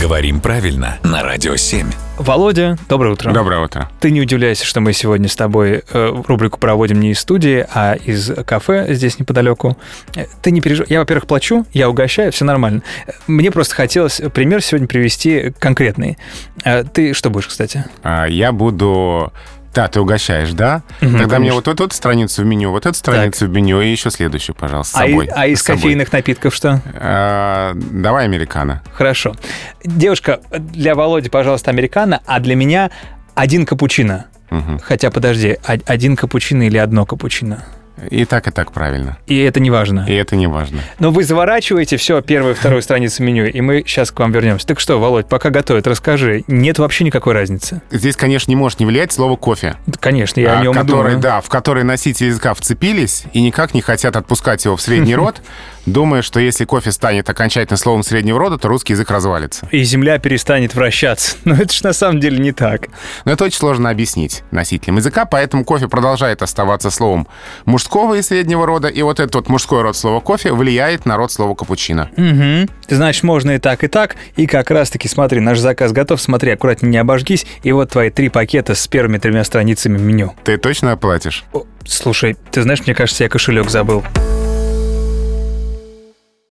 Говорим правильно на Радио 7. Володя, доброе утро. Доброе утро. Ты не удивляйся, что мы сегодня с тобой э, рубрику проводим не из студии, а из кафе здесь неподалеку. Э, Ты не переживай. Я, во-первых, плачу, я угощаю, все нормально. Э, Мне просто хотелось пример сегодня привести конкретный. Э, Ты что будешь, кстати? А, Я буду... Да, ты угощаешь, да? Мгм, Тогда мне конечно. вот эту страницу в меню, вот эту страницу в меню и еще следующую, пожалуйста, с А и- собой. а из с собой. кофейных напитков что? А, Давай американо. Хорошо. Девушка, для Володи, пожалуйста, американо, а для меня один капучино. Мгм. Хотя, подожди, о- один капучино или одно капучино? И так, и так правильно. И это не важно. И это не важно. Но Ну, вы заворачиваете все первую и вторую страницу меню, и мы сейчас к вам вернемся. Так что, Володь, пока готовят, расскажи. Нет вообще никакой разницы. Здесь, конечно, не может не влиять слово «кофе», Да, Конечно, я а, о нем и который, думаю. да, в который носители языка вцепились и никак не хотят отпускать его в средний род, думая, что если кофе станет окончательно словом среднего рода, то русский язык развалится. И земля перестанет вращаться. Но это ж на самом деле не так. Но это очень сложно объяснить носителям языка, поэтому кофе продолжает оставаться словом мужского и среднего рода, и вот этот вот мужской род слова кофе влияет на род слова капучино. Угу. Значит, можно и так, и так. И как раз-таки, смотри, наш заказ готов. Смотри, аккуратнее не обожгись. И вот твои три пакета с первыми тремя страницами меню. Ты точно оплатишь? О, слушай, ты знаешь, мне кажется, я кошелек забыл.